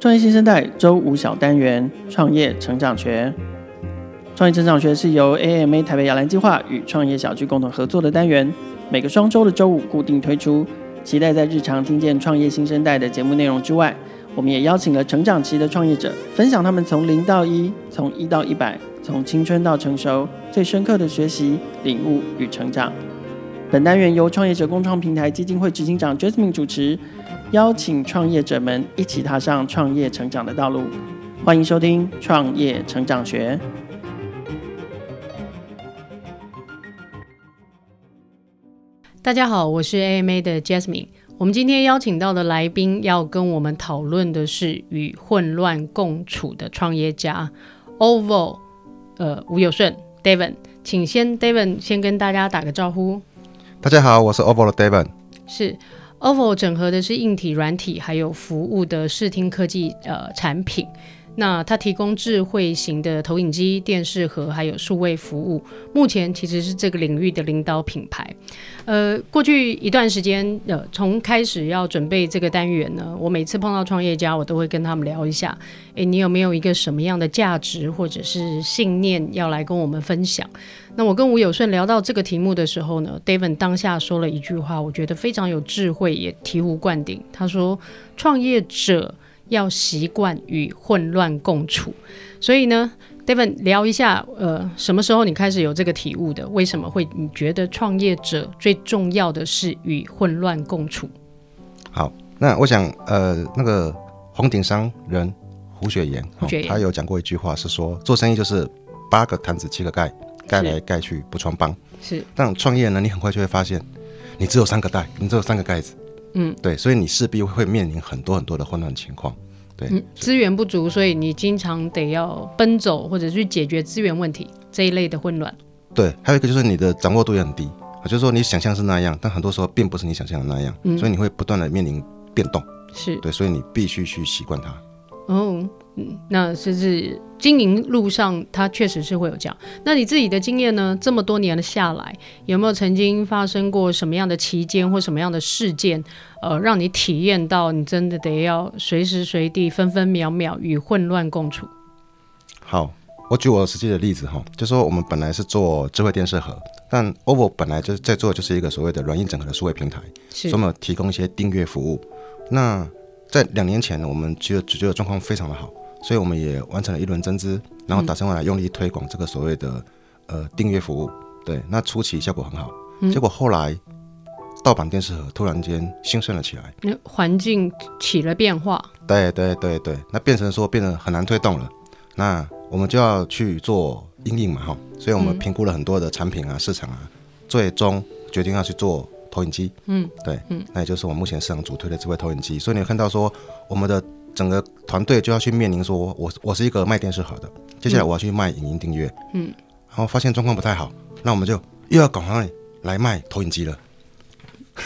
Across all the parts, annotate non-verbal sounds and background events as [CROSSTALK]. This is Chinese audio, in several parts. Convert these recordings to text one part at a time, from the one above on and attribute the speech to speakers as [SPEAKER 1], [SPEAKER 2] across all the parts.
[SPEAKER 1] 创业新生代周五小单元创业成长学。创业成长学是由 AMA 台北亚兰计划与创业小聚共同合作的单元，每个双周的周五固定推出。期待在日常听见创业新生代的节目内容之外，我们也邀请了成长期的创业者，分享他们从零到一、从一到一百、从青春到成熟最深刻的学习、领悟与成长。本单元由创业者共创平台基金会执行长 Jasmine 主持，邀请创业者们一起踏上创业成长的道路。欢迎收听《创业成长学》。
[SPEAKER 2] 大家好，我是 AMA 的 Jasmine。我们今天邀请到的来宾要跟我们讨论的是与混乱共处的创业家 OVO，呃，吴友顺 David，请先 David 先跟大家打个招呼。
[SPEAKER 3] 大家好，我是 OVO 的 David。
[SPEAKER 2] 是 OVO 整合的是硬体、软体还有服务的视听科技呃产品。那它提供智慧型的投影机、电视盒，还有数位服务。目前其实是这个领域的领导品牌。呃，过去一段时间，呃，从开始要准备这个单元呢，我每次碰到创业家，我都会跟他们聊一下，诶，你有没有一个什么样的价值或者是信念要来跟我们分享？那我跟吴友顺聊到这个题目的时候呢，David 当下说了一句话，我觉得非常有智慧，也醍醐灌顶。他说：“创业者。”要习惯与混乱共处，所以呢，David 聊一下，呃，什么时候你开始有这个体悟的？为什么会你觉得创业者最重要的是与混乱共处？
[SPEAKER 3] 好，那我想，呃，那个红顶商人胡雪岩，
[SPEAKER 2] 胡雪岩
[SPEAKER 3] 他有讲过一句话，是说做生意就是八个坛子七个盖，盖来盖去不穿帮。
[SPEAKER 2] 是
[SPEAKER 3] 但创业呢，你很快就会发现，你只有三个袋，你只有三个盖子。
[SPEAKER 2] 嗯，
[SPEAKER 3] 对，所以你势必会面临很多很多的混乱情况。对，
[SPEAKER 2] 嗯资源不足，所以你经常得要奔走或者去解决资源问题这一类的混乱。
[SPEAKER 3] 对，还有一个就是你的掌握度也很低，就是说你想象是那样，但很多时候并不是你想象的那样，
[SPEAKER 2] 嗯
[SPEAKER 3] 所以你会不断的面临变动。
[SPEAKER 2] 是
[SPEAKER 3] 对，所以你必须去习惯它。
[SPEAKER 2] 哦，嗯，那就是经营路上，它确实是会有这样。那你自己的经验呢？这么多年的下来，有没有曾经发生过什么样的期间或什么样的事件，呃，让你体验到你真的得要随时随地、分分秒秒与混乱共处？
[SPEAKER 3] 好，我举我实际的例子哈，就说我们本来是做智慧电视盒，但 OVO 本来就是在做就是一个所谓的软硬整合的数位平台，
[SPEAKER 2] 是
[SPEAKER 3] 所以我们有提供一些订阅服务。那在两年前，我们觉得觉得状况非常的好，所以我们也完成了一轮增资，然后打算未来用力推广这个所谓的呃订阅服务。对，那初期效果很好，结果后来盗版电视盒突然间兴盛了起来。
[SPEAKER 2] 那环境起了变化，
[SPEAKER 3] 对对对对，那变成说变得很难推动了，那我们就要去做阴影嘛哈，所以我
[SPEAKER 2] 嗯
[SPEAKER 3] 们评估了很多的产品啊、市场啊，最终决定要去做投影机。
[SPEAKER 2] 嗯，
[SPEAKER 3] 对，
[SPEAKER 2] 嗯，
[SPEAKER 3] 那也就是我们目前市场主推的智慧投影机。所以你会看到说，我们的整个团队就要去面临说，我我是一个卖电视盒的，接下来我要去卖影音订阅，
[SPEAKER 2] 嗯，
[SPEAKER 3] 然后发现状况不太好，那我们就又要赶快来卖投影机了。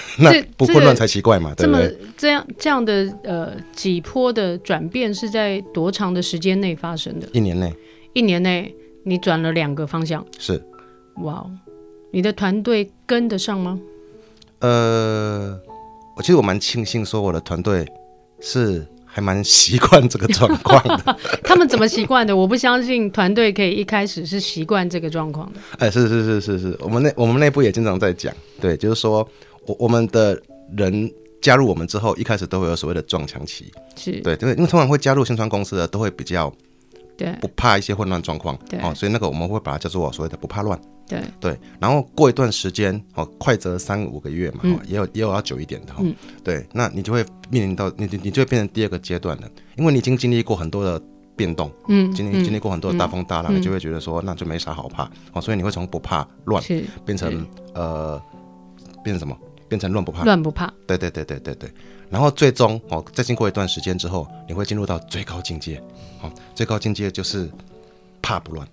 [SPEAKER 3] [LAUGHS] 那
[SPEAKER 2] 这
[SPEAKER 3] 不
[SPEAKER 2] 这
[SPEAKER 3] 混
[SPEAKER 2] 个
[SPEAKER 3] 乱才奇怪嘛，对
[SPEAKER 2] 这
[SPEAKER 3] 不
[SPEAKER 2] 么
[SPEAKER 3] 对？
[SPEAKER 2] 这样这样的呃几波的转变是在多长的时间内发生的？
[SPEAKER 3] 一年内
[SPEAKER 2] 一年内你转了两个方向，
[SPEAKER 3] 是
[SPEAKER 2] 哇哦，你的团队跟得上吗？
[SPEAKER 3] 呃，我其实我蛮庆幸说我的团队是还蛮习惯这个状况的，
[SPEAKER 2] 他们怎么习惯的？我不相信团队可以一开始是习惯这个状况的。
[SPEAKER 3] 哎，是是是是是，我们内我们内部也经常在讲，对，就是说我我们的人加入我们之后，一开始都会有所谓的撞墙期，
[SPEAKER 2] 是
[SPEAKER 3] 对，因为因为通常会加入新创公司的都会比较
[SPEAKER 2] 对
[SPEAKER 3] 不怕一些混乱状况，
[SPEAKER 2] 对
[SPEAKER 3] 哦，所以那个我们会把它叫做所谓的不怕乱。
[SPEAKER 2] 对，
[SPEAKER 3] 对，然后过一段时间，哦，快则三五个月嘛，哦，也有也有要久一点的，哦，
[SPEAKER 2] 嗯
[SPEAKER 3] 对，那你就会面临到你你你就会变成第二个阶段了，因为你已经经历过很多的变动，
[SPEAKER 2] 嗯，
[SPEAKER 3] 经历
[SPEAKER 2] 嗯
[SPEAKER 3] 经历过很多的大风大浪，
[SPEAKER 2] 嗯
[SPEAKER 3] 你就会觉得说那就没啥好怕，哦，所以你会从不怕乱
[SPEAKER 2] 是
[SPEAKER 3] 变成呃变成什么？变成乱不怕，
[SPEAKER 2] 乱不怕，
[SPEAKER 3] 对对对对对对。然后最终哦，再经过一段时间之后，你会进入到最高境界，哦，最高境界就是怕不乱，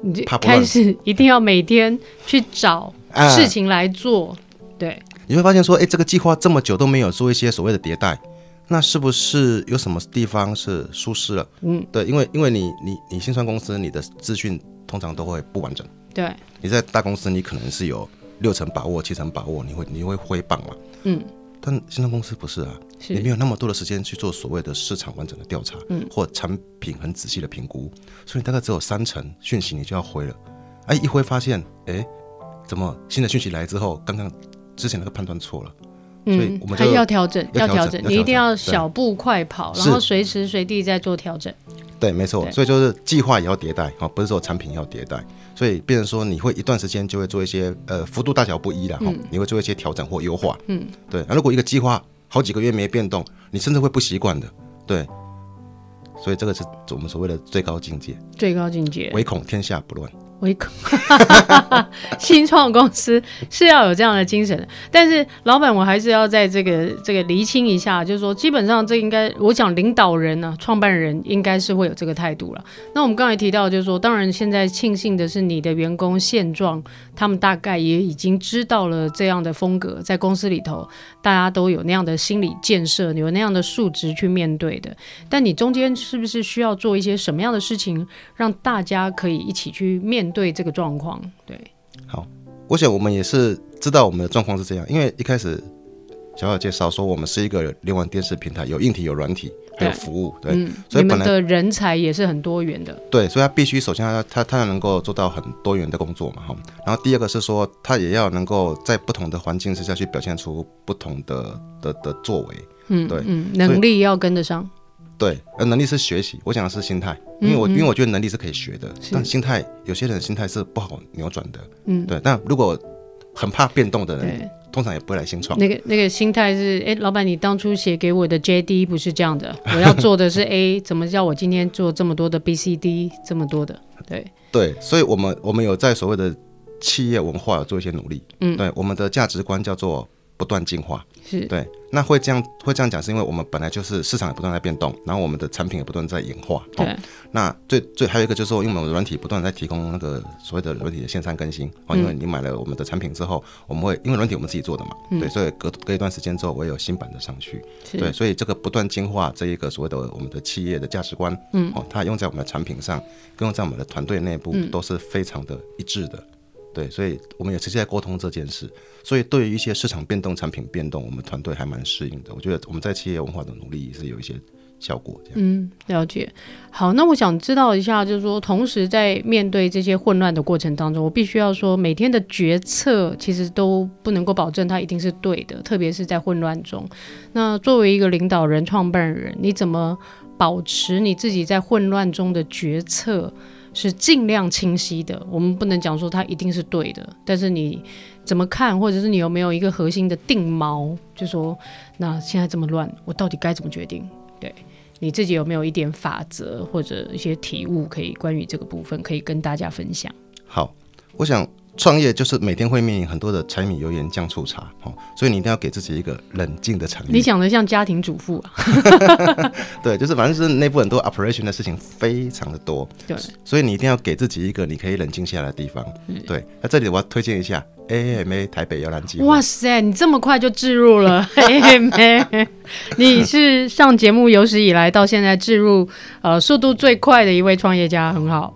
[SPEAKER 2] 你就
[SPEAKER 3] 怕不乱
[SPEAKER 2] 开始一定要每天去找
[SPEAKER 3] 啊
[SPEAKER 2] 事情来做。对，
[SPEAKER 3] 你会发现说，哎，这个计划这么久都没有做一些所谓的迭代，那是不是有什么地方是疏失了？
[SPEAKER 2] 嗯，
[SPEAKER 3] 对，因为因为你你你新创公司，你的资讯通常都会不完整。
[SPEAKER 2] 对，
[SPEAKER 3] 你在大公司，你可能是有六成把握、七成把握，你会你会挥棒嘛？
[SPEAKER 2] 嗯，
[SPEAKER 3] 但新创公司不是啊，你没
[SPEAKER 2] 是
[SPEAKER 3] 有那么多的时间去做所谓的市场完整的调查，嗯，或产品很仔细的评估，所以大概只有三成讯息你就要回了，哎，一回发现，哎，怎么新的讯息来之后，刚刚之前那个判断错了，所以
[SPEAKER 2] 嗯
[SPEAKER 3] 我，们
[SPEAKER 2] 还
[SPEAKER 3] 就
[SPEAKER 2] 要调整，
[SPEAKER 3] 要调
[SPEAKER 2] 调
[SPEAKER 3] 整要
[SPEAKER 2] 你一定
[SPEAKER 3] 调整
[SPEAKER 2] 要
[SPEAKER 3] 对
[SPEAKER 2] 小步快跑，然
[SPEAKER 3] 是
[SPEAKER 2] 后随时随地在做调整。
[SPEAKER 3] 对，没错
[SPEAKER 2] 对，
[SPEAKER 3] 所以就是计划也要迭代哈、哦，不是说产品要迭代，所以变成说你会一段时间就会做一些呃幅度大小不
[SPEAKER 2] 嗯
[SPEAKER 3] 一啦哈、哦你会做一些调整或优化，嗯，对。那如果一个计划好几个月没变动，你甚至会不习惯的，对。所以这个是我们所谓的最高境界，
[SPEAKER 2] 最高境界，
[SPEAKER 3] 唯恐天下不乱。
[SPEAKER 2] 唯恐 [LAUGHS] 新创公司是要有这样的精神的。但是老板，我还是要在这个这个厘清一下，就是说，基本上这应该，我讲领导人呢、创办人应该是会有这个态度了。那我们刚才提到，就是说，当然现在庆幸的是，你的员工现状，他们大概也已经知道了这样的风格，在公司里头，大家都有那样的心理建设，有那样的数值去面对的。但你中间是不是需要做一些什么样的事情，让大家可以一起去面对这个状况？对，
[SPEAKER 3] 我想我们也是知道我们的状况是这样，因为一开始小小介绍说我们是一个联网电视平台，有硬体、有软体，还有
[SPEAKER 2] 对
[SPEAKER 3] 服务，对，
[SPEAKER 2] 嗯，
[SPEAKER 3] 所以
[SPEAKER 2] 你们
[SPEAKER 3] 本来
[SPEAKER 2] 的人才也是很多元的，
[SPEAKER 3] 对，所以他必须首先他他他要能够做到很多元的工作嘛哈，然后第二个是说他也要能够在不同的环境之下去表现出不同的的的作为，
[SPEAKER 2] 嗯，
[SPEAKER 3] 对
[SPEAKER 2] 嗯，
[SPEAKER 3] 所以
[SPEAKER 2] 能力要跟得上，
[SPEAKER 3] 对，呃，能力是学习，我讲的是心态，
[SPEAKER 2] 嗯
[SPEAKER 3] 因为我因为我觉得能力是可以学的，但心态有些人心态是不好扭转的，
[SPEAKER 2] 嗯，
[SPEAKER 3] 对，但如果很怕变动的人，
[SPEAKER 2] 对，
[SPEAKER 3] 通常也不会来新创，
[SPEAKER 2] 那个那个心态是，哎，老板，你当初写给我的 JD 不是这样的， [LAUGHS] 我要做的是 A，怎么叫我今天做这么多的 B、C、D，这么多的，对，
[SPEAKER 3] 对，所以我们我们有在所谓的企业文化有做一些努力，
[SPEAKER 2] 嗯
[SPEAKER 3] 对，我们的价值观叫做不断进化，
[SPEAKER 2] 是，
[SPEAKER 3] 对，那会这样会这样讲，是因为我们本来就是市场也不断在变动，然后我们的产品也不断在演化。哦
[SPEAKER 2] 对，
[SPEAKER 3] 那最最还有一个就是说，因为我们的软体不断在提供那个所谓的软体的线上更新哦，因为你买了我们的产品之后，我们会因为软体我们自己做的嘛，对，所以隔隔一段时间之后，我也有新版的上去。
[SPEAKER 2] 是
[SPEAKER 3] 对，所以这个不断进化这一个所谓的我们的企业的价值观，嗯，哦，它用在我们的产品上，跟用在我们的团队内部都是非常的一致的。对，所以我们也持续在沟通这件事。所以对于一些市场变动、产品变动，我们团队还蛮适应的。我觉得我们在企业文化的努力也是有一些效果。这样，
[SPEAKER 2] 嗯，了解。好，那我想知道一下，就是说，同时在面对这些混乱的过程当中，我必须要说，每天的决策其实都不能够保证它一定是对的，特别是在混乱中。那作为一个领导人、创办人，你怎么保持你自己在混乱中的决策是尽量清晰的？我们不能讲说它一定是对的，但是你怎么看，或者是你有没有一个核心的定锚，就说那现在这么乱，我到底该怎么决定？你自己有没有一点法则或者一些体悟，可以关于这个部分可以跟大家分享？
[SPEAKER 3] 好，我想创业就是每天会面临很多的柴米油盐酱醋茶，哦，所以你一定要给自己一个冷静的场
[SPEAKER 2] 你
[SPEAKER 3] 域。
[SPEAKER 2] 讲的像家庭主妇啊，
[SPEAKER 3] 对，就是反正就是内部很多 operation 的事情非常的多，
[SPEAKER 2] 对，
[SPEAKER 3] 所以你一定要给自己一个你可以冷静下来的地方。
[SPEAKER 2] 嗯
[SPEAKER 3] 对，那这里我要推荐一下 AMA 台北摇篮计划。
[SPEAKER 2] 哇塞，你这么快就置入
[SPEAKER 3] [LAUGHS]
[SPEAKER 2] 了，嘿妹，你是上节目有史以来到现在置入呃速度最快的一位创业家，很好。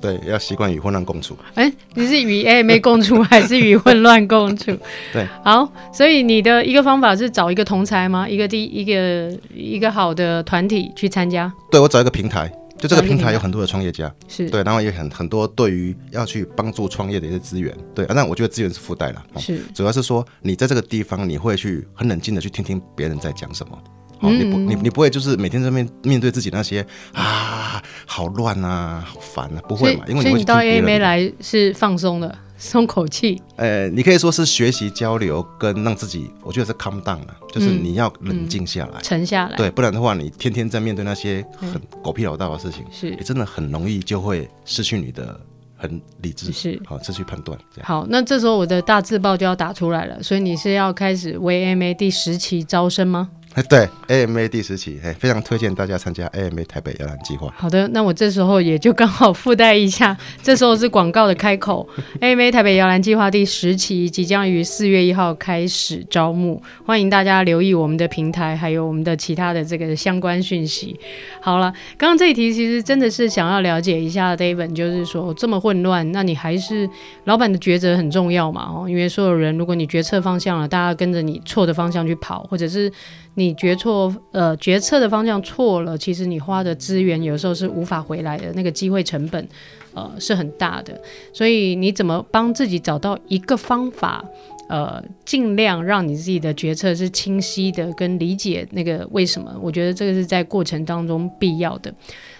[SPEAKER 3] 对，要习惯与混乱共处。
[SPEAKER 2] 哎，你是与暧昧共处，还是与混乱共处？
[SPEAKER 3] [LAUGHS] 对，
[SPEAKER 2] 好，所以你的一个方法是找一个同才吗？一个第一个一个好的团体去参加，
[SPEAKER 3] 对我找一个平台，就这
[SPEAKER 2] 找一个
[SPEAKER 3] 个
[SPEAKER 2] 平
[SPEAKER 3] 平
[SPEAKER 2] 台
[SPEAKER 3] 台有很多的创业家，
[SPEAKER 2] 是
[SPEAKER 3] 对，然后也很很多对于要去帮助创业的一些资源，对，啊那我觉得资源是附带啦，哦
[SPEAKER 2] 是，
[SPEAKER 3] 主要是说你在这个地方你会去很冷静的去听听别人在讲什么。哦，你
[SPEAKER 2] 嗯
[SPEAKER 3] 不，你你不会就是每天在面面对自己那些啊，好乱啊，好烦啊，不
[SPEAKER 2] 所
[SPEAKER 3] 会
[SPEAKER 2] 以
[SPEAKER 3] 嘛？因为
[SPEAKER 2] 所
[SPEAKER 3] 你
[SPEAKER 2] 以你
[SPEAKER 3] 会去
[SPEAKER 2] 到
[SPEAKER 3] 听别
[SPEAKER 2] A
[SPEAKER 3] 人
[SPEAKER 2] M
[SPEAKER 3] 的
[SPEAKER 2] A 来是放松的，松口气。
[SPEAKER 3] 呃，你可以说是学习交流跟让自己，我觉得是 calm down 了，就是你要冷静下来，
[SPEAKER 2] 沉下来。
[SPEAKER 3] 对，不然嗯的话嗯你天天在面对那些很狗屁老道的事情，
[SPEAKER 2] 是
[SPEAKER 3] 也真的很容易就会失去你的很理智，
[SPEAKER 2] 是
[SPEAKER 3] 好、失去判断这样。 [LAUGHS]
[SPEAKER 2] 好，那这时候我的大字报就要打出来了，所以你是要开始 VMA 第十期招生吗？
[SPEAKER 3] 对 AMA 第十期，哎，非常推荐大家参加 AMA 台北摇篮计划。
[SPEAKER 2] 好的，那我这时候也就刚好附带一下， [LAUGHS] 这时候是广告的开口。AMA 台北摇篮计划第十期即将于四月一号开始招募，欢迎大家留意我们的平台，还有我们的其他的这个相关讯息。好了，刚刚这一题其实真的是想要了解一下 David，就是说这么混乱，那你还是老板的抉择很重要嘛？哦，因为所有人，如果你决策方向了，大家跟着你错的方向去跑，或者是你决错呃决策的方向错了，其实你花的资源有时候是无法回来的，那个机会成本呃是很大的。所以你怎么帮自己找到一个方法，呃，尽量让你自己的决策是清晰的，跟理解那个为什么？我觉得这个是在过程当中必要的。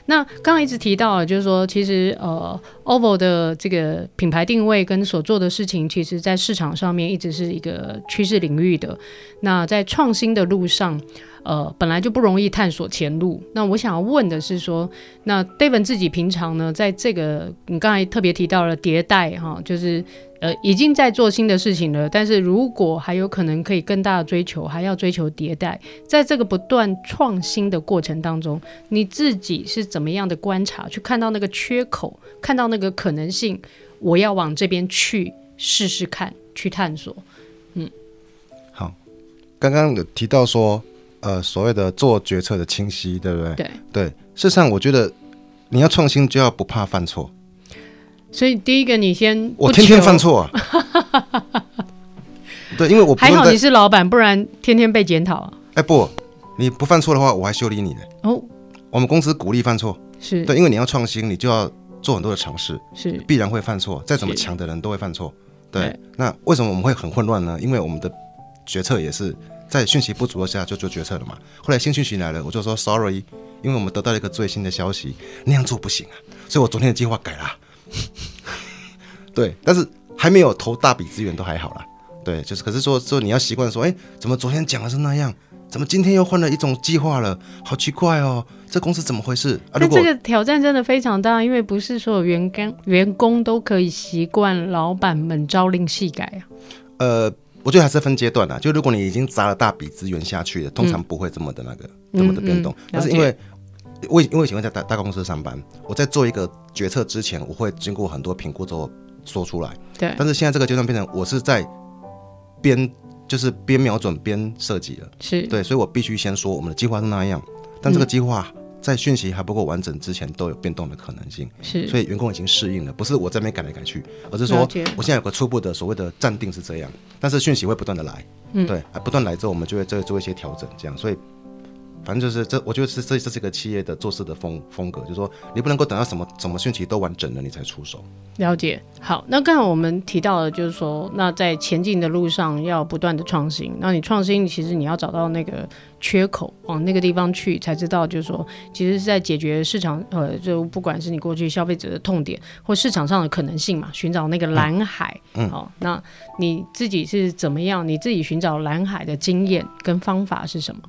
[SPEAKER 2] 那刚刚一直提到了，就是说，其实呃，OVO 的这个品牌定位跟所做的事情，其实在市场上面一直是一个趋势领域的。那在创新的路上，呃，本来就不容易探索前路。那我想要问的是说，那 David 自己平常呢，在这个你刚才特别提到了迭代哈，就是呃已经在做新的事情了，但是如果还有可能可以更大的追求，还要追求迭代，在这个不断创新的过程当中，你自己是怎么样的观察，去看到那个缺口，看到那个可能性，我要往这边去试试看，去探索。
[SPEAKER 3] 好，刚刚有提到说，呃，所谓的做决策的清晰，对不对？
[SPEAKER 2] 对，
[SPEAKER 3] 对，事实上，我觉得你要创新，就要不怕犯错。
[SPEAKER 2] 所以第一个你先不
[SPEAKER 3] 我天天
[SPEAKER 2] 求 [LAUGHS]
[SPEAKER 3] 犯错啊。对，因为我不
[SPEAKER 2] 还
[SPEAKER 3] 用
[SPEAKER 2] 好
[SPEAKER 3] 在
[SPEAKER 2] 你是老板，不然天天被检讨啊。
[SPEAKER 3] 哎不，你不犯错的话，我还修理你呢。
[SPEAKER 2] 哦，
[SPEAKER 3] 我们公司鼓励犯错，
[SPEAKER 2] 是，
[SPEAKER 3] 对，因为你要创新，你就要做很多的尝试，
[SPEAKER 2] 是，
[SPEAKER 3] 必然会犯错。再怎么
[SPEAKER 2] 是
[SPEAKER 3] 强的人都会犯错。
[SPEAKER 2] 对
[SPEAKER 3] 对，那为什么我们会很混乱呢？因为我们的决策也是在讯息不足的下就做决策了嘛。后来新讯息来了，我就说 sorry，因为我们得到了一个最新的消息，那样做不行啊，所以我昨天的计划改啦。 [LAUGHS] 对，但是还没有投大笔资源都还好啦。对，就是可是说说你要习惯说，哎，怎么昨天讲的是那样，怎么今天又换了一种计划了？好奇怪哦，这公司怎么回事啊？
[SPEAKER 2] 那
[SPEAKER 3] 如果
[SPEAKER 2] 这个挑战真的非常大，因为不是所有员工员工都可以习惯老板们朝令夕改啊。
[SPEAKER 3] 呃，我觉得还是分阶段啦。就如果你已经砸了大笔资源下去了，通常不会这么的那个，
[SPEAKER 2] 嗯
[SPEAKER 3] 这么的变动。
[SPEAKER 2] 嗯嗯
[SPEAKER 3] 但是因为我因为以前会在大大公司上班，我在做一个决策之前，我会经过很多评估之后说出来。
[SPEAKER 2] 对，
[SPEAKER 3] 但是现在这个阶段变成我是在边就是边瞄准边设计了，
[SPEAKER 2] 是，
[SPEAKER 3] 对，所以我必须先说我们的计划是那样，但
[SPEAKER 2] 嗯
[SPEAKER 3] 这个计划在讯息还不够完整之前都有变动的可能性。
[SPEAKER 2] 是，
[SPEAKER 3] 所以员工已经适应了，不是我这边改来改去，而是
[SPEAKER 2] 了
[SPEAKER 3] 说
[SPEAKER 2] 解
[SPEAKER 3] 我现在有个初步的所谓的暂定是这样，但是讯息会不断的来，
[SPEAKER 2] 嗯
[SPEAKER 3] 对，啊不断来之后，我们就会再做一些调整，这样，所以。反正就是这，我觉得是这这是一个企业的做事的风风格，就是说你不能够等到什么什么讯息都完整了你才出手。
[SPEAKER 2] 了解。好，那刚才我们提到的，就是说，那在前进的路上要不断的创新。那你创新，其实你要找到那个缺口，往那个地方去，才知道，就是说，其实是在解决市场，呃，就不管是你过去消费者的痛点，或市场上的可能性嘛，寻找那个蓝海。
[SPEAKER 3] 嗯
[SPEAKER 2] 好、那你自己是怎么样？你自己寻找蓝海的经验跟方法是什么？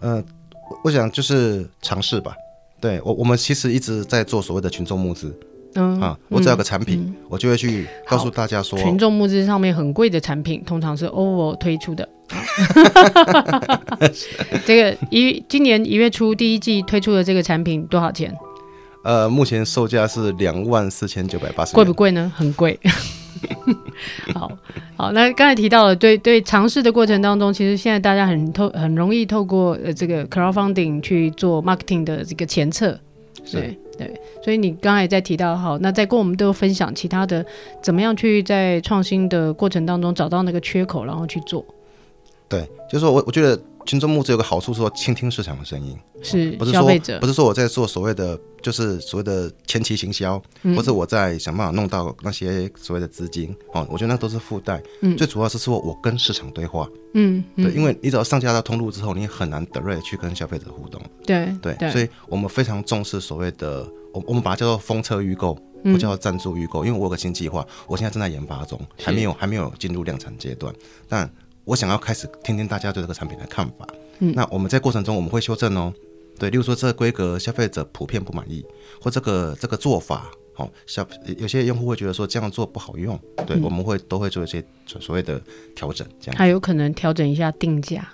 [SPEAKER 3] 呃，我我想就是尝试吧。对我，我们其实一直在做所谓的群众募资
[SPEAKER 2] 嗯
[SPEAKER 3] 啊，我只要有个产品，我就会去告诉大家说，
[SPEAKER 2] 群众募资上面很贵的产品，通常是 OVO 推出的。这个一今年一月初第一季推出的这个产品多少钱？
[SPEAKER 3] 呃，目前售价是两万四千九百八十，
[SPEAKER 2] 贵不贵呢？很贵。好好，那刚才提到了，对对，尝试的过程当中，其实现在大家很透很容易透过呃这个 crowdfunding 去做 marketing 的这个前测，
[SPEAKER 3] 是
[SPEAKER 2] 对对，所以你刚才也在提到，好，那再跟我们都分享其他的，怎么样去在创新的过程当中找到那个缺口，然后去做，
[SPEAKER 3] 对，就是说我我觉得群众募资有个好处是说倾听市场的声音，
[SPEAKER 2] 是
[SPEAKER 3] 哦不是
[SPEAKER 2] 消
[SPEAKER 3] 说
[SPEAKER 2] 费者
[SPEAKER 3] 不是说我在做所谓的就是所谓的前期行销，
[SPEAKER 2] 嗯
[SPEAKER 3] 或者我在想办法弄到那些所谓的资金哦，我觉得那都是附带，
[SPEAKER 2] 嗯
[SPEAKER 3] 最主要是说我跟市场对话，
[SPEAKER 2] 嗯，嗯
[SPEAKER 3] 对，因为你只要上架到通路之后，你很难 direct 去跟消费者互动，
[SPEAKER 2] 对
[SPEAKER 3] 对，
[SPEAKER 2] 对，
[SPEAKER 3] 所以我们非常重视所谓的我我们把它叫做风车预购。
[SPEAKER 2] 嗯
[SPEAKER 3] 不叫赞助预购，因为我有个新计划，我现在正在研发中，还没有还没有进入量产阶段。但我想要开始听听大家对这个产品的看法。
[SPEAKER 2] 嗯
[SPEAKER 3] 那我们在过程中我们会修正哦，对，例如说这个规格消费者普遍不满意，或这个这个做法，哦，消有些用户会觉得说这样做不好用，对，
[SPEAKER 2] 嗯
[SPEAKER 3] 我们会都会做一些所所谓的调整，这样。
[SPEAKER 2] 还有可能调整一下定价，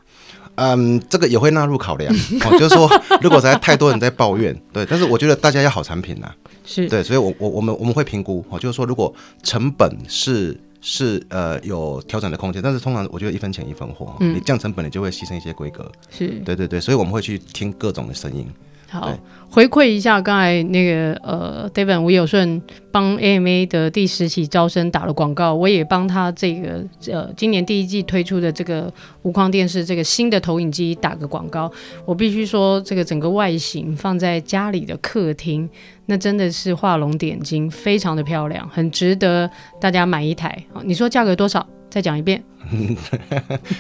[SPEAKER 3] 嗯，这个也会纳入考量哦，就是说，如果实在太多人在抱怨，对，但是我觉得大家要好产品啊啦，
[SPEAKER 2] 是
[SPEAKER 3] 对，所以我我我们我们会评估哦，就是说，如果成本是是呃有调整的空间，但是通常我觉得一分钱一分货，哦你降成本你就会牺牲一些规格，
[SPEAKER 2] 是，
[SPEAKER 3] 对对对，所以我们会去听各种的声音，
[SPEAKER 2] 好，回馈一下刚才那个呃，David 吴友顺帮 AMA 的第十期招生打了广告，我也帮他这个呃今年第一季推出的这个无框电视这个新的投影机打个广告。我必须说，这个整个外形放在家里的客厅，那真的是画龙点睛，非常的漂亮，很值得大家买一台。哦你说价格多少？再讲一遍。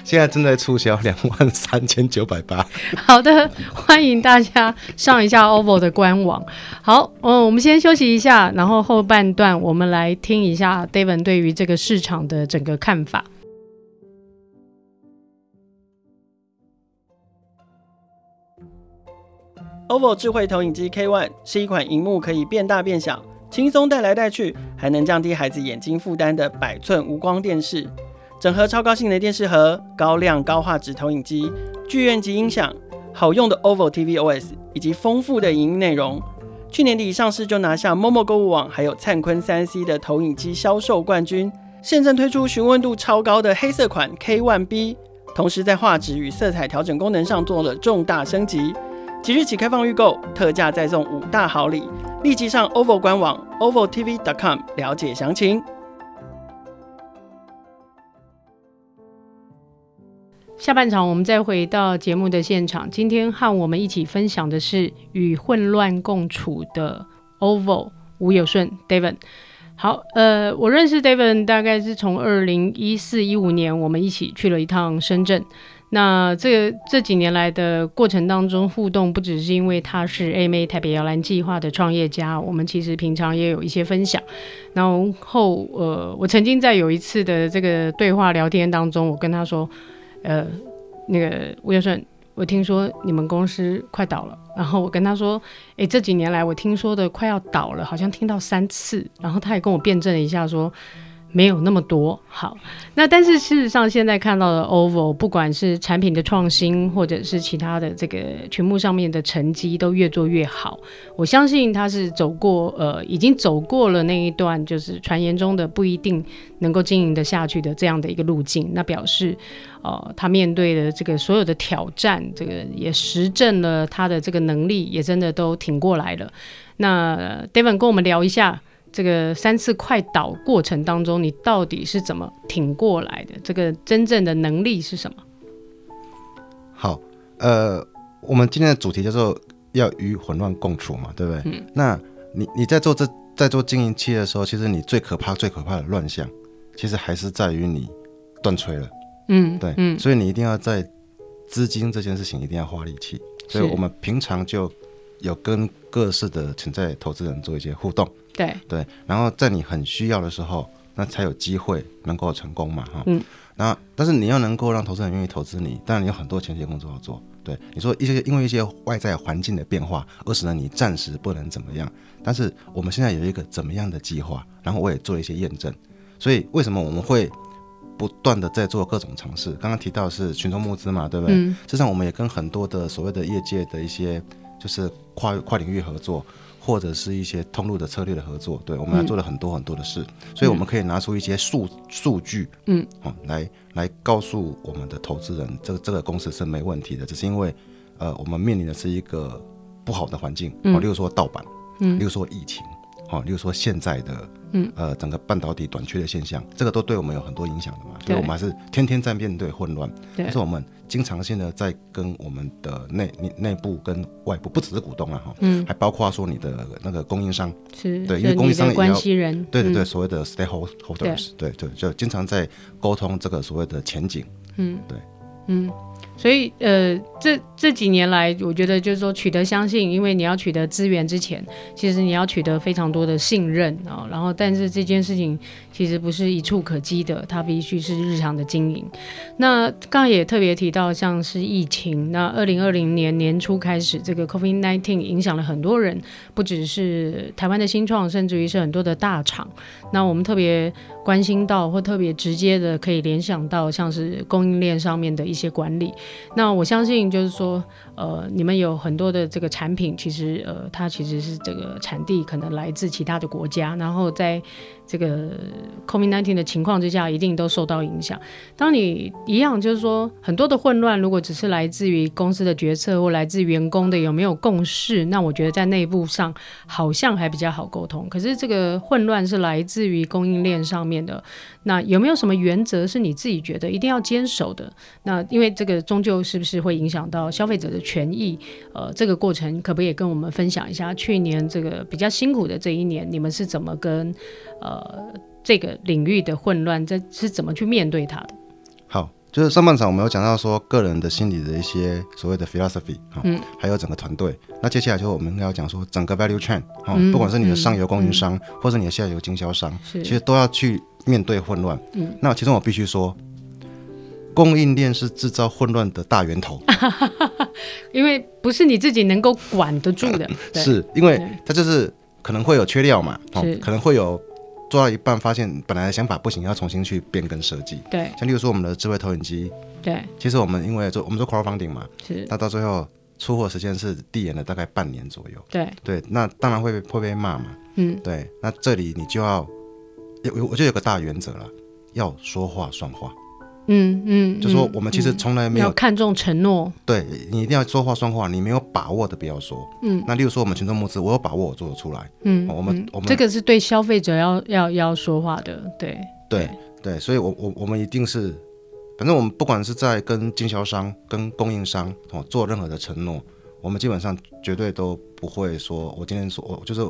[SPEAKER 3] 现在正在促销两万三千九百八，
[SPEAKER 2] [LAUGHS] 好的，欢迎大家上一下 OVO 的官网。好，嗯，我们先休息一下，然后后半段我们来听一下 David 对于这个市场的整个看法。
[SPEAKER 1] OVO 智慧投影机 K One 是一款荧幕可以变大变小、轻松带来带去，还能降低孩子眼睛负担的百寸无光电视。整合超高性能电视盒、高亮高画质投影机、剧院级音响、好用的 OVO TV OS 以及丰富的影音内容。去年底上市就拿下 Momo 购物网还有灿坤三 C 的投影机销售冠军。现正推出询问度超高的黑色款 K One B，同时在画质与色彩调整功能上做了重大升级。即日起开放预购，特价再送五大好礼，立即上 OVO 官网 ovotv.com 了解详情。
[SPEAKER 2] 下半场我们再回到节目的现场，今天和我们一起分享的是与混乱共处的 OVO 吴友顺 David。好，呃，我认识 David 大概是从二零一四一五年，我们一起去了一趟深圳。那这个这几年来的过程当中，互动不只是因为他是 AMA 台北摇篮计划的创业家，我们其实平常也有一些分享。然后，呃，我曾经在有一次的这个对话聊天当中，我跟他说，呃，那个吴先顺，我听说你们公司快倒了。然后我跟他说，诶，这几年来我听说的快要倒了，好像听到三次。然后他也跟我辩证了一下说。没有那么多好，那但是事实上，现在看到的 OVO，不管是产品的创新，或者是其他的这个群幕上面的成绩，都越做越好。我相信他是走过，呃，已经走过了那一段，就是传言中的不一定能够经营得下去的这样的一个路径。那表示，呃，他面对的这个所有的挑战，这个也实证了他的这个能力，也真的都挺过来了。那 David 跟我们聊一下这个三次快倒过程当中，你到底是怎么挺过来的？这个真正的能力是什么？
[SPEAKER 3] 好，呃，我们今天的主题叫做要与混乱共处嘛，对不对？嗯。那你你在做这在做经营期的时候，其实你最可怕最可怕的乱象，其实还是在于你断吹了，
[SPEAKER 2] 嗯，
[SPEAKER 3] 对，
[SPEAKER 2] 嗯，
[SPEAKER 3] 所以你一定要在资金这件事情一定要花力气。所以
[SPEAKER 2] 是
[SPEAKER 3] 我们平常就有跟各式的潜在投资人做一些互动，
[SPEAKER 2] 对，
[SPEAKER 3] 对，然后在你很需要的时候，那才有机会能够成功嘛，哈。
[SPEAKER 2] 嗯。
[SPEAKER 3] 那但是你要能够让投资人愿意投资你，当然你有很多前期的工作要做。对，你说一些因为一些外在环境的变化，而使得你暂时不能怎么样。但是我们现在有一个怎么样的计划，然后我也做了一些验证。所以为什么我们会不断的在做各种尝试？刚刚提到是群众募资嘛，对不对？
[SPEAKER 2] 嗯，
[SPEAKER 3] 事实上，我们也跟很多的所谓的业界的一些就是跨跨领域合作，或者是一些通路的策略的合作，对我们还做了很多很多的事，所以我们可以拿出一些数数据，
[SPEAKER 2] 嗯，
[SPEAKER 3] 哦，来来告诉我们的投资人，这个这个公司是没问题的，只是因为呃，我们面临的是一个不好的环境，哦，例如说盗版，嗯，例如说疫情，哦，例如说现在的。嗯，呃，整个半导体短缺的现象，这个都对我们有很多影响的嘛，所
[SPEAKER 2] 对
[SPEAKER 3] 以我们还是天天在面对混乱。
[SPEAKER 2] 对
[SPEAKER 3] 但是我们经常性的在跟我们的内内内部跟外部，不只是股东啊哈，
[SPEAKER 2] 嗯，
[SPEAKER 3] 还包括说你的那个供应商，
[SPEAKER 2] 是，
[SPEAKER 3] 对因
[SPEAKER 2] 就
[SPEAKER 3] 为
[SPEAKER 2] 是
[SPEAKER 3] 供应
[SPEAKER 2] 你
[SPEAKER 3] 商也
[SPEAKER 2] 的
[SPEAKER 3] 要
[SPEAKER 2] 关系人，
[SPEAKER 3] 对对
[SPEAKER 2] 嗯
[SPEAKER 3] 对，所谓的 stakeholders，对对，就经常在沟通这个所谓的前景。
[SPEAKER 2] 嗯，
[SPEAKER 3] 对，
[SPEAKER 2] 嗯，所以呃，这这几年来，我觉得就是说取得相信，因为你要取得资源之前，其实你要取得非常多的信任啊、然后，但是这件事情其实不是一触可及的，它必须是日常的经营。那刚才也特别提到，像是疫情，那二零二零年年初开始，这个 COVID nineteen 影响了很多人，不只是台湾的新创，甚至于是很多的大厂。那我们特别关心到或特别直接的可以联想到，像是供应链上面的一些管理，力。那我相信就是说，呃，你们有很多的这个产品，其实呃，它其实是这个产地可能来自其他的国家，然后在这个 COVID-19 的情况之下，一定都受到影响。当你一样就是说，很多的混乱，如果只是来自于公司的决策或来自员工的有没有共识，那我觉得在内部上好像还比较好沟通。可是这个混乱是来自于供应链上面的，那有没有什么原则是你自己觉得一定要坚守的？那因为这个终究是不是会影响到消费者的权益？呃，这个过程可不可以也跟我们分享一下？去年这个比较辛苦的这一年，你们是怎么跟呃这个领域的混乱，这是怎么去面对它的？
[SPEAKER 3] 好，就是上半场我们有讲到说个人的心理的一些所谓的 philosophy 哈、
[SPEAKER 2] 嗯
[SPEAKER 3] 还有整个团队。那接下来就我们要讲说整个 value chain 哈、
[SPEAKER 2] 嗯
[SPEAKER 3] 不管是你的上游供应商，或是你的下游经销商，
[SPEAKER 2] 是
[SPEAKER 3] 其实都要去面对混乱。嗯，那其中我必须说，供应链是制造混乱的大源头，
[SPEAKER 2] 因为不是你自己能够管得住的，对，
[SPEAKER 3] 是因为
[SPEAKER 2] 对
[SPEAKER 3] 它就是可能会有缺料嘛，哦
[SPEAKER 2] 是
[SPEAKER 3] 可能会有做到一半发现本来的想法不行，要重新去变更设计。
[SPEAKER 2] 对
[SPEAKER 3] 像例如说我们的智慧投影机，
[SPEAKER 2] 对
[SPEAKER 3] 其实我们因为做我们做 crowdfunding 嘛，
[SPEAKER 2] 是，
[SPEAKER 3] 那到最后出货时间是递延了大概半年左右。
[SPEAKER 2] 对，
[SPEAKER 3] 对，那当然会被会被骂嘛。
[SPEAKER 2] 嗯，
[SPEAKER 3] 对，那这里你就要有有，我就有个大原则了，要说话算话。
[SPEAKER 2] 嗯嗯，
[SPEAKER 3] 就说
[SPEAKER 2] 嗯
[SPEAKER 3] 我们其实从来没有、
[SPEAKER 2] 要看重承诺，
[SPEAKER 3] 对你一定要说话算话，你没有把握的不要说。
[SPEAKER 2] 嗯，
[SPEAKER 3] 那例如说我们群众募资，我有把握我做得出来。
[SPEAKER 2] 嗯，
[SPEAKER 3] 哦我们
[SPEAKER 2] 嗯
[SPEAKER 3] 我们
[SPEAKER 2] 这个是对消费者要要要说话的，对
[SPEAKER 3] 对对，所以我我我们一定是，反正我们不管是在跟经销商、跟供应商哦做任何的承诺，我们基本上绝对都不会说，我今天说，我就是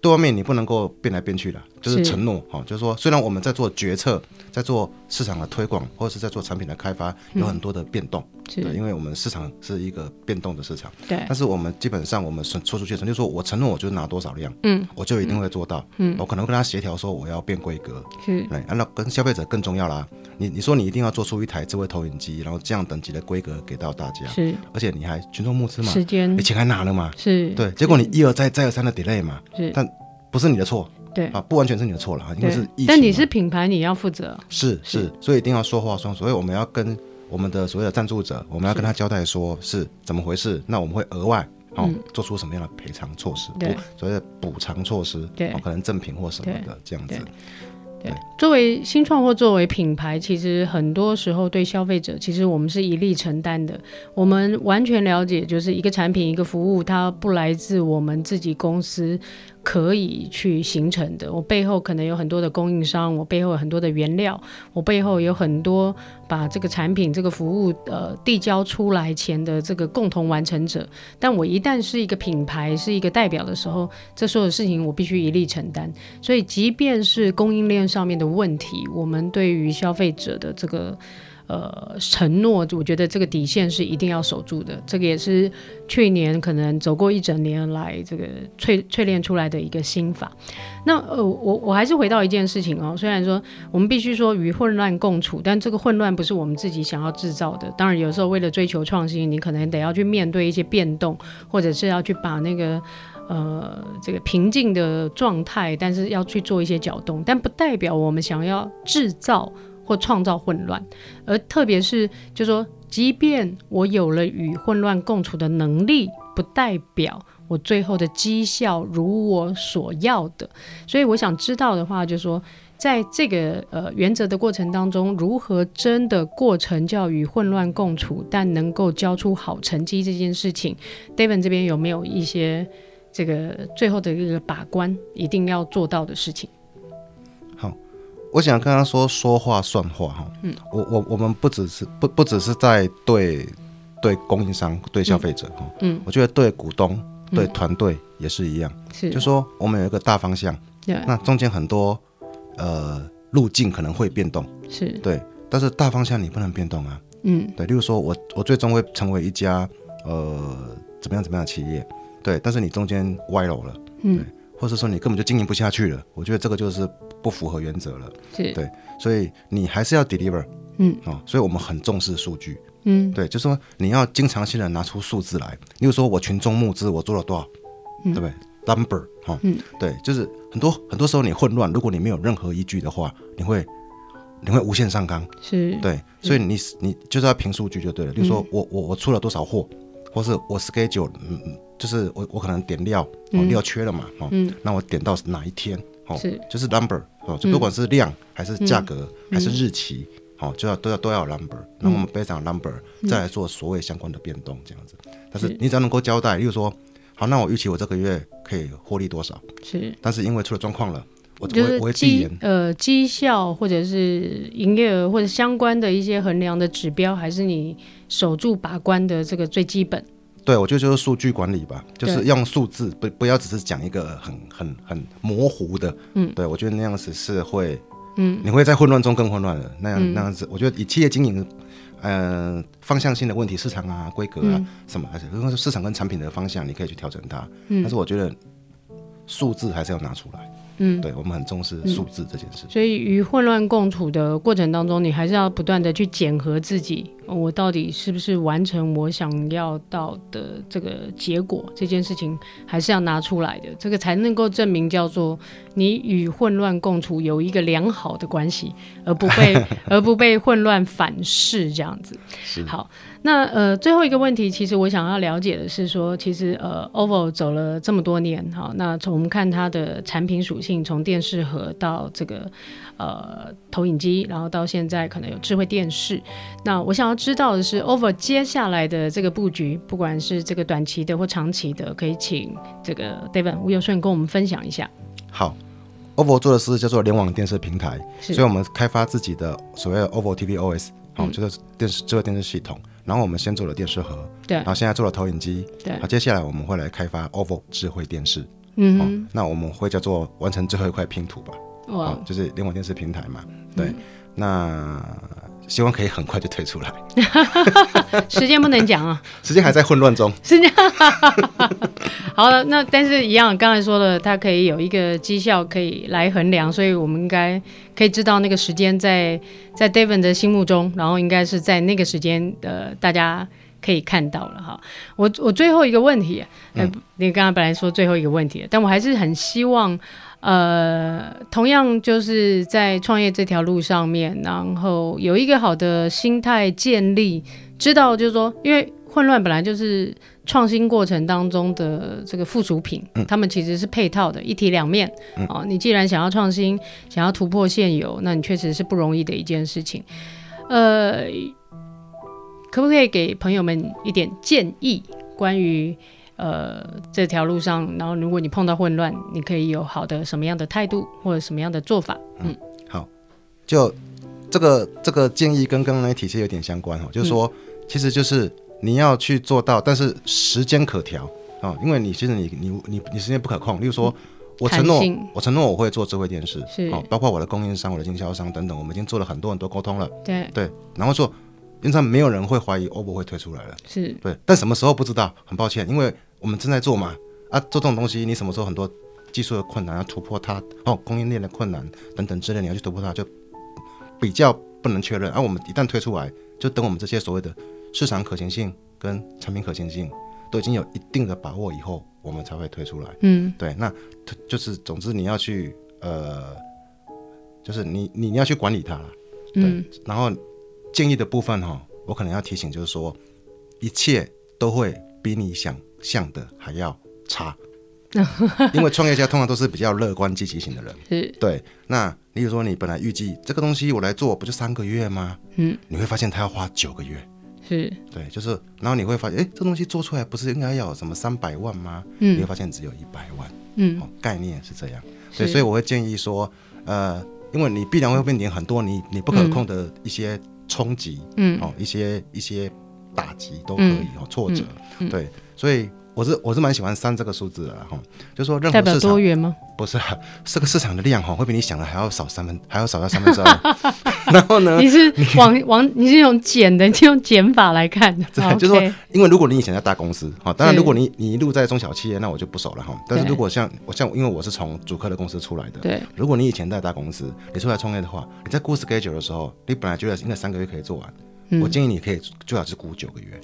[SPEAKER 3] 对外面你不能够变来变去的，就是
[SPEAKER 2] 是
[SPEAKER 3] 承诺哦，就是说虽然我们在做决策，在做市场的推广，或者是在做产品的开发，
[SPEAKER 2] 嗯
[SPEAKER 3] 有很多的变动，对，
[SPEAKER 2] 是，
[SPEAKER 3] 因为我们市场是一个变动的市场，
[SPEAKER 2] 对
[SPEAKER 3] 但是我们基本上我们说出去的承诺，就是说我承诺我就拿多少量，
[SPEAKER 2] 嗯，
[SPEAKER 3] 我就一定会做到，嗯，我可能会跟他协调说我要变规格，
[SPEAKER 2] 是，
[SPEAKER 3] 对，啊那跟消费者更重要啦。你你说你一定要做出一台智慧投影机，然后这样等级的规格给到大家，
[SPEAKER 2] 是
[SPEAKER 3] 而且你还群众募资嘛，
[SPEAKER 2] 时间
[SPEAKER 3] 你钱还拿了嘛，
[SPEAKER 2] 是，
[SPEAKER 3] 对，结果你一而再再而三的 delay 嘛，
[SPEAKER 2] 是
[SPEAKER 3] 但不是你的错
[SPEAKER 2] 对
[SPEAKER 3] 啊，不完全是你的错了，因
[SPEAKER 2] 对
[SPEAKER 3] 为是疫情嘛，
[SPEAKER 2] 但你是品牌，你要负责，
[SPEAKER 3] 是
[SPEAKER 2] 是
[SPEAKER 3] 是，所以一定要说话算，所以我们要跟我们的所谓的赞助者，我们要
[SPEAKER 2] 是
[SPEAKER 3] 跟他交代说是怎么回事，那我们会额外。哦
[SPEAKER 2] 嗯，
[SPEAKER 3] 做出什么样的赔偿措施？
[SPEAKER 2] 对
[SPEAKER 3] 补所谓的补偿措施，
[SPEAKER 2] 对
[SPEAKER 3] 哦，可能赠品或什么
[SPEAKER 2] 对
[SPEAKER 3] 的这样子
[SPEAKER 2] 对。对，作为新创或作为品牌，其实很多时候对消费者，其实我们是一力承担的。我们完全了解，就是一个产品、一个服务，它不来自我们自己公司可以去形成的。我背后可能有很多的供应商，我背后有很多的原料，我背后有很多把这个产品、这个服务呃递交出来前的这个共同完成者。但我一旦是一个品牌、是一个代表的时候，这所有事情我必须一力承担。所以，即便是供应链上面的问题，我们对于消费者的这个呃承诺，我觉得这个底线是一定要守住的。这个也是去年可能走过一整年来这个淬淬炼出来的一个心法。那呃，我我还是回到一件事情哦，虽然说我们必须说与混乱共处，但这个混乱不是我们自己想要制造的。当然，有时候为了追求创新，你可能得要去面对一些变动，或者是要去把那个。呃这个平静的状态，但是要去做一些搅动，但不代表我们想要制造或创造混乱，而特别是就说，即便我有了与混乱共处的能力，不代表。我最后的绩效如我所要的，所以我想知道的话，就是说，在这个呃原则的过程当中，如何真的过程叫与混乱共处，但能够交出好成绩这件事情，David 这边有没有一些这个最后的一个把关一定要做到的事情。
[SPEAKER 3] 我想跟他说说话算话哈。嗯，我我我们不只是不不只是在对对供应商、对消费者哈，
[SPEAKER 2] 嗯，
[SPEAKER 3] 我觉得对股东、对团队也是一样，
[SPEAKER 2] 是，
[SPEAKER 3] 就说我们有一个大方向，
[SPEAKER 2] 对，
[SPEAKER 3] 那中间很多呃路径可能会变动，
[SPEAKER 2] 是，
[SPEAKER 3] 对，但是大方向你不能变动啊。
[SPEAKER 2] 嗯，
[SPEAKER 3] 对，例如说我我最终会成为一家呃怎么样怎么样的企业，对，但是你中间歪楼了，
[SPEAKER 2] 嗯
[SPEAKER 3] 对，或者说你根本就经营不下去了，我觉得这个就是不符合原则了。
[SPEAKER 2] 是，
[SPEAKER 3] 对所以你还是要 deliver，
[SPEAKER 2] 嗯，
[SPEAKER 3] 哦，所以我们很重视数据，
[SPEAKER 2] 嗯，
[SPEAKER 3] 对，就是说你要经常性的拿出数字来，例如说我群众募资我做了多少，
[SPEAKER 2] 嗯
[SPEAKER 3] 对不对？number 哈、哦，
[SPEAKER 2] 嗯，
[SPEAKER 3] 对，就是很多很多时候你混乱，如果你没有任何依据的话，你会你会无限上纲。
[SPEAKER 2] 是，
[SPEAKER 3] 对，所以你你就是要评数据就对了。
[SPEAKER 2] 嗯
[SPEAKER 3] 例如说我我我出了多少货，或是我 schedule，嗯，嗯就是我我可能点料，哦
[SPEAKER 2] 嗯
[SPEAKER 3] 料缺了嘛，哦，那我点到哪一天，哦
[SPEAKER 2] 是，
[SPEAKER 3] 就是 number，哦，就不
[SPEAKER 2] 嗯
[SPEAKER 3] 管是量还是价格还是日期，哦，就要都要都要有 number，那
[SPEAKER 2] 嗯
[SPEAKER 3] 我们 based on number 再来做所谓相关的变动这样子。但是你只要能够交代，例如说，好，那我预期我这个月可以获利多少，
[SPEAKER 2] 是，
[SPEAKER 3] 但是因为出了状况了，我
[SPEAKER 2] 就
[SPEAKER 3] 我会
[SPEAKER 2] 是
[SPEAKER 3] 我会递
[SPEAKER 2] 绩
[SPEAKER 3] 延。
[SPEAKER 2] 呃绩效或者是营业额或者相关的一些衡量的指标，还是你守住把关的这个最基本。
[SPEAKER 3] 对，我觉得就是数据管理吧，就
[SPEAKER 2] 对
[SPEAKER 3] 是用数字，不不要只是讲一个很很很模糊的，嗯，对我觉得那样子是会，嗯，你会在混乱中更混乱的，那样、那样子，我觉得以企业经营，呃，方向性的问题，市场啊、规格啊、什么，而且因为市场跟产品的方向，你可以去调整它，嗯，但是我觉得数字还是要拿出来，嗯，对我们很重视数字这件事，
[SPEAKER 2] 所以与混乱共处的过程当中，你还是要不断的去检核自己，呃我到底是不是完成我想要到的这个结果？这件事情还是要拿出来的，这个才能够证明叫做你与混乱共处有一个良好的关系，而不被而不被混乱反噬这样子。好，那呃最后一个问题，其实我想要了解的是说，其实呃 OVO 走了这么多年，好，那从我们看它的产品属性，从电视盒到这个呃投影机，然后到现在可能有智慧电视。那我想要知道的是，OVO 接下来的这个布局，不管是这个短期的或长期的，可以请这个 David 吴友顺跟我们分享一下。
[SPEAKER 3] 好。OVO 做的事叫做联网电视平台，
[SPEAKER 2] 是
[SPEAKER 3] 所以我们开发自己的所谓的 OVO TV OS，好、哦
[SPEAKER 2] 嗯
[SPEAKER 3] 就是电视智慧电视系统。然后我们先做了电视盒，
[SPEAKER 2] 对
[SPEAKER 3] 然后现在做了投影机，
[SPEAKER 2] 对
[SPEAKER 3] 然后接下来我们会来开发 OVO 智慧电视，
[SPEAKER 2] 嗯
[SPEAKER 3] 哦
[SPEAKER 2] 哼，，
[SPEAKER 3] 那我们会叫做完成最后一块拼图吧，
[SPEAKER 2] 哇、嗯
[SPEAKER 3] 哦，就是联网电视平台嘛，对，那希望可以很快就推出来，
[SPEAKER 2] 时间不能讲啊，
[SPEAKER 3] 时间还在混乱中，
[SPEAKER 2] 是这样。好了，那但是一样，刚才说了，它可以有一个绩效可以来衡量，所以我们应该可以知道那个时间在在 David 的心目中，然后应该是在那个时间呃，大家可以看到了哈。我我最后一个问题，呃，你刚刚本来说最后一个问题，但我还是很希望。呃，同样就是在创业这条路上面，然后有一个好的心态建立，知道就是说，因为混乱本来就是创新过程当中的这个附属品，
[SPEAKER 3] 嗯
[SPEAKER 2] 他们其实是配套的，一体两面。哦，你既然想要创新，想要突破现有，那你确实是不容易的一件事情。呃，可不可以给朋友们一点建议，关于呃这条路上，然后如果你碰到混乱，你可以有好的什么样的态度或者什么样的做法？
[SPEAKER 3] 就这个这个建议跟刚刚那一题其实有点相关哦，就是
[SPEAKER 2] 嗯
[SPEAKER 3] 说，其实就是你要去做到，但是时间可调啊、哦因为你其实你你你你时间不可控，例如说。我承诺
[SPEAKER 2] 弹性，
[SPEAKER 3] 我承诺我会做智慧电视，
[SPEAKER 2] 是
[SPEAKER 3] 哦，包括我的供应商、我的经销商等等，我们已经做了很多很多沟通了，
[SPEAKER 2] 对，
[SPEAKER 3] 对。然后说，平常没有人会怀疑 OPPO 会推出来了，
[SPEAKER 2] 是
[SPEAKER 3] 对。但什么时候不知道，很抱歉，因为我们正在做嘛，啊，做这种东西，你什么时候很多技术的困难要突破它，哦，供应链的困难等等之类，你要去突破它，就比较不能确认。啊而、我们一旦推出来，就等我们这些所谓的市场可行性跟产品可行性都已经有一定的把握以后，我们才会推出来。
[SPEAKER 2] 嗯
[SPEAKER 3] 对，那它就是总之你要去呃，就是你你你要去管理它啦。
[SPEAKER 2] 嗯
[SPEAKER 3] 然后建议的部分哈、我可能要提醒就是说，一切都会比你想象的还要
[SPEAKER 2] [LAUGHS]
[SPEAKER 3] 差，因为创业家通常都是比较乐观积极型的人。
[SPEAKER 2] 是
[SPEAKER 3] 对，那例如说你本来预计这个东西我来做不就三个月吗？
[SPEAKER 2] 嗯，
[SPEAKER 3] 你会发现它要花九个月。
[SPEAKER 2] 是
[SPEAKER 3] 对，就是，然后你会发现，哎，这东西做出来不是应该要有什么三百万吗？
[SPEAKER 2] 嗯
[SPEAKER 3] 你会发现只有一百万。
[SPEAKER 2] 嗯
[SPEAKER 3] 哦，概念是这样。对，
[SPEAKER 2] 是
[SPEAKER 3] 所以我会建议说，呃，因为你必然会面临很多你你不可控的一些冲击，
[SPEAKER 2] 嗯
[SPEAKER 3] 哦，一些一些打击都可以、哦，挫折，
[SPEAKER 2] 嗯
[SPEAKER 3] 对，所以我是我是蛮喜欢三这个数字的啦哈、就说任
[SPEAKER 2] 代
[SPEAKER 3] 何啊
[SPEAKER 2] 表
[SPEAKER 3] 市
[SPEAKER 2] 多
[SPEAKER 3] 场
[SPEAKER 2] 元吗？
[SPEAKER 3] 不是、啊、这个市场的量哈、哦，会比你想的还要少三分，还要少到三分之二， [LAUGHS] 然后 [LAUGHS] 呢？
[SPEAKER 2] 你是往往你是用减的，你是用减法来看的。哦
[SPEAKER 3] 对，
[SPEAKER 2] OK
[SPEAKER 3] 就是说，因为如果你以前在大公司，哈，当然
[SPEAKER 2] 是
[SPEAKER 3] 如果你你一路在中小企业，那我就不熟了哈。但是
[SPEAKER 2] 对
[SPEAKER 3] 如果像我像，因为我是从主科的公司出来的，
[SPEAKER 2] 对，
[SPEAKER 3] 如果你以前在大公司，你出来创业的话，你在估 schedule 的时候，你本来觉得应该三个月可以做完，
[SPEAKER 2] 嗯
[SPEAKER 3] 我建议你可以最好是估九
[SPEAKER 2] [LAUGHS]
[SPEAKER 3] 个月。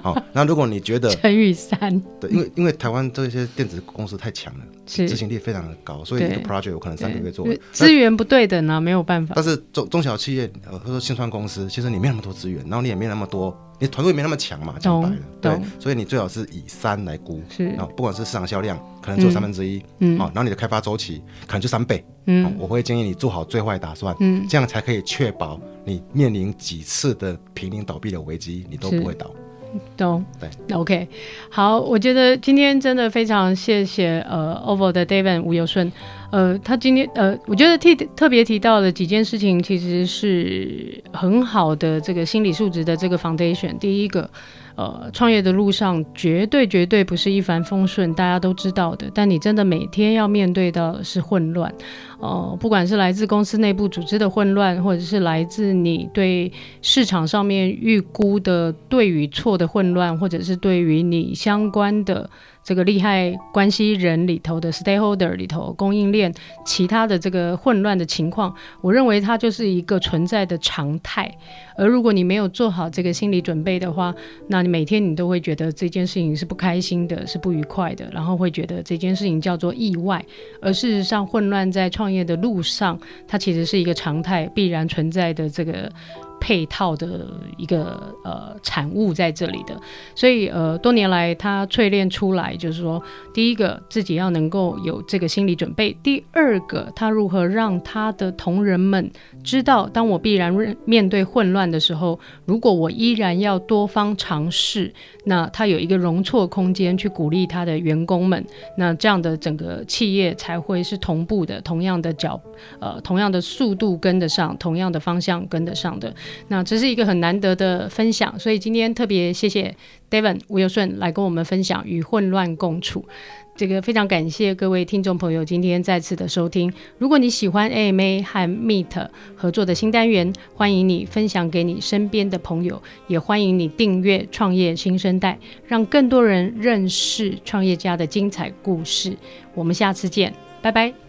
[SPEAKER 3] 好，那如果你觉得
[SPEAKER 2] 乘以三
[SPEAKER 3] 对，因为因为台湾这些电子公司太强了，
[SPEAKER 2] 是
[SPEAKER 3] 执行力非常的高，所以一个
[SPEAKER 2] 对
[SPEAKER 3] project 有可能三个月做
[SPEAKER 2] 因
[SPEAKER 3] 完
[SPEAKER 2] 为。资源不对等啊，没有办法
[SPEAKER 3] 但。是中中小企业，呃，或者说新创公司，其实你没有那么多资源，然后你也没有那么多，你团队没那么强嘛，讲白了，对
[SPEAKER 2] 懂，
[SPEAKER 3] 所以你最好是以三来估，
[SPEAKER 2] 是
[SPEAKER 3] 然，后不管是市场销量，可能做三分之一，
[SPEAKER 2] 嗯
[SPEAKER 3] 哦，然后你的开发周期可能就三倍，哦
[SPEAKER 2] 嗯
[SPEAKER 3] 我会建议你做好最坏打算，
[SPEAKER 2] 嗯，
[SPEAKER 3] 这样才可以确保你面临几次的濒临倒闭的危机，你都
[SPEAKER 2] 是
[SPEAKER 3] 不会倒。
[SPEAKER 2] 懂。
[SPEAKER 3] 对
[SPEAKER 2] ，OK，好，我觉得今天真的非常谢谢呃 OVO 的 David 吴友顺，呃，他今天呃，我觉得特特别提到的几件事情，其实是很好的这个心理素质的这个 foundation。第一个。呃，创业的路上绝对绝对不是一帆风顺，大家都知道的。但你真的每天要面对到的是混乱，呃，不管是来自公司内部组织的混乱，或者是来自你对市场上面预估的对与错的混乱，或者是对于你相关的这个利害关系人里头的 stakeholder 里头供应链其他的这个混乱的情况，我认为它就是一个存在的常态。而如果你没有做好这个心理准备的话，那你每天你都会觉得这件事情是不开心的，是不愉快的，然后会觉得这件事情叫做意外。而事实上，混乱在创业的路上，它其实是一个常态必然存在的这个配套的一个呃产物在这里的，所以呃多年来他淬炼出来，就是说第一个自己要能够有这个心理准备，第二个他如何让他的同仁们知道，当我必然认面对混乱的时候，如果我依然要多方尝试，那他有一个容错空间去鼓励他的员工们，那这样的整个企业才会是同步的，同样的脚呃同样的速度跟得上，同样的方向跟得上的。那这是一个很难得的分享，所以今天特别谢谢 David 吴友顺来跟我们分享与混乱共处。这个非常感谢各位听众朋友今天再次的收听。如果你喜欢 AMA 和 Meet 合作的新单元，欢迎你分享给你身边的朋友，也欢迎你订阅《创业新生代》，让更多人认识创业家的精彩故事。我们下次见，拜拜。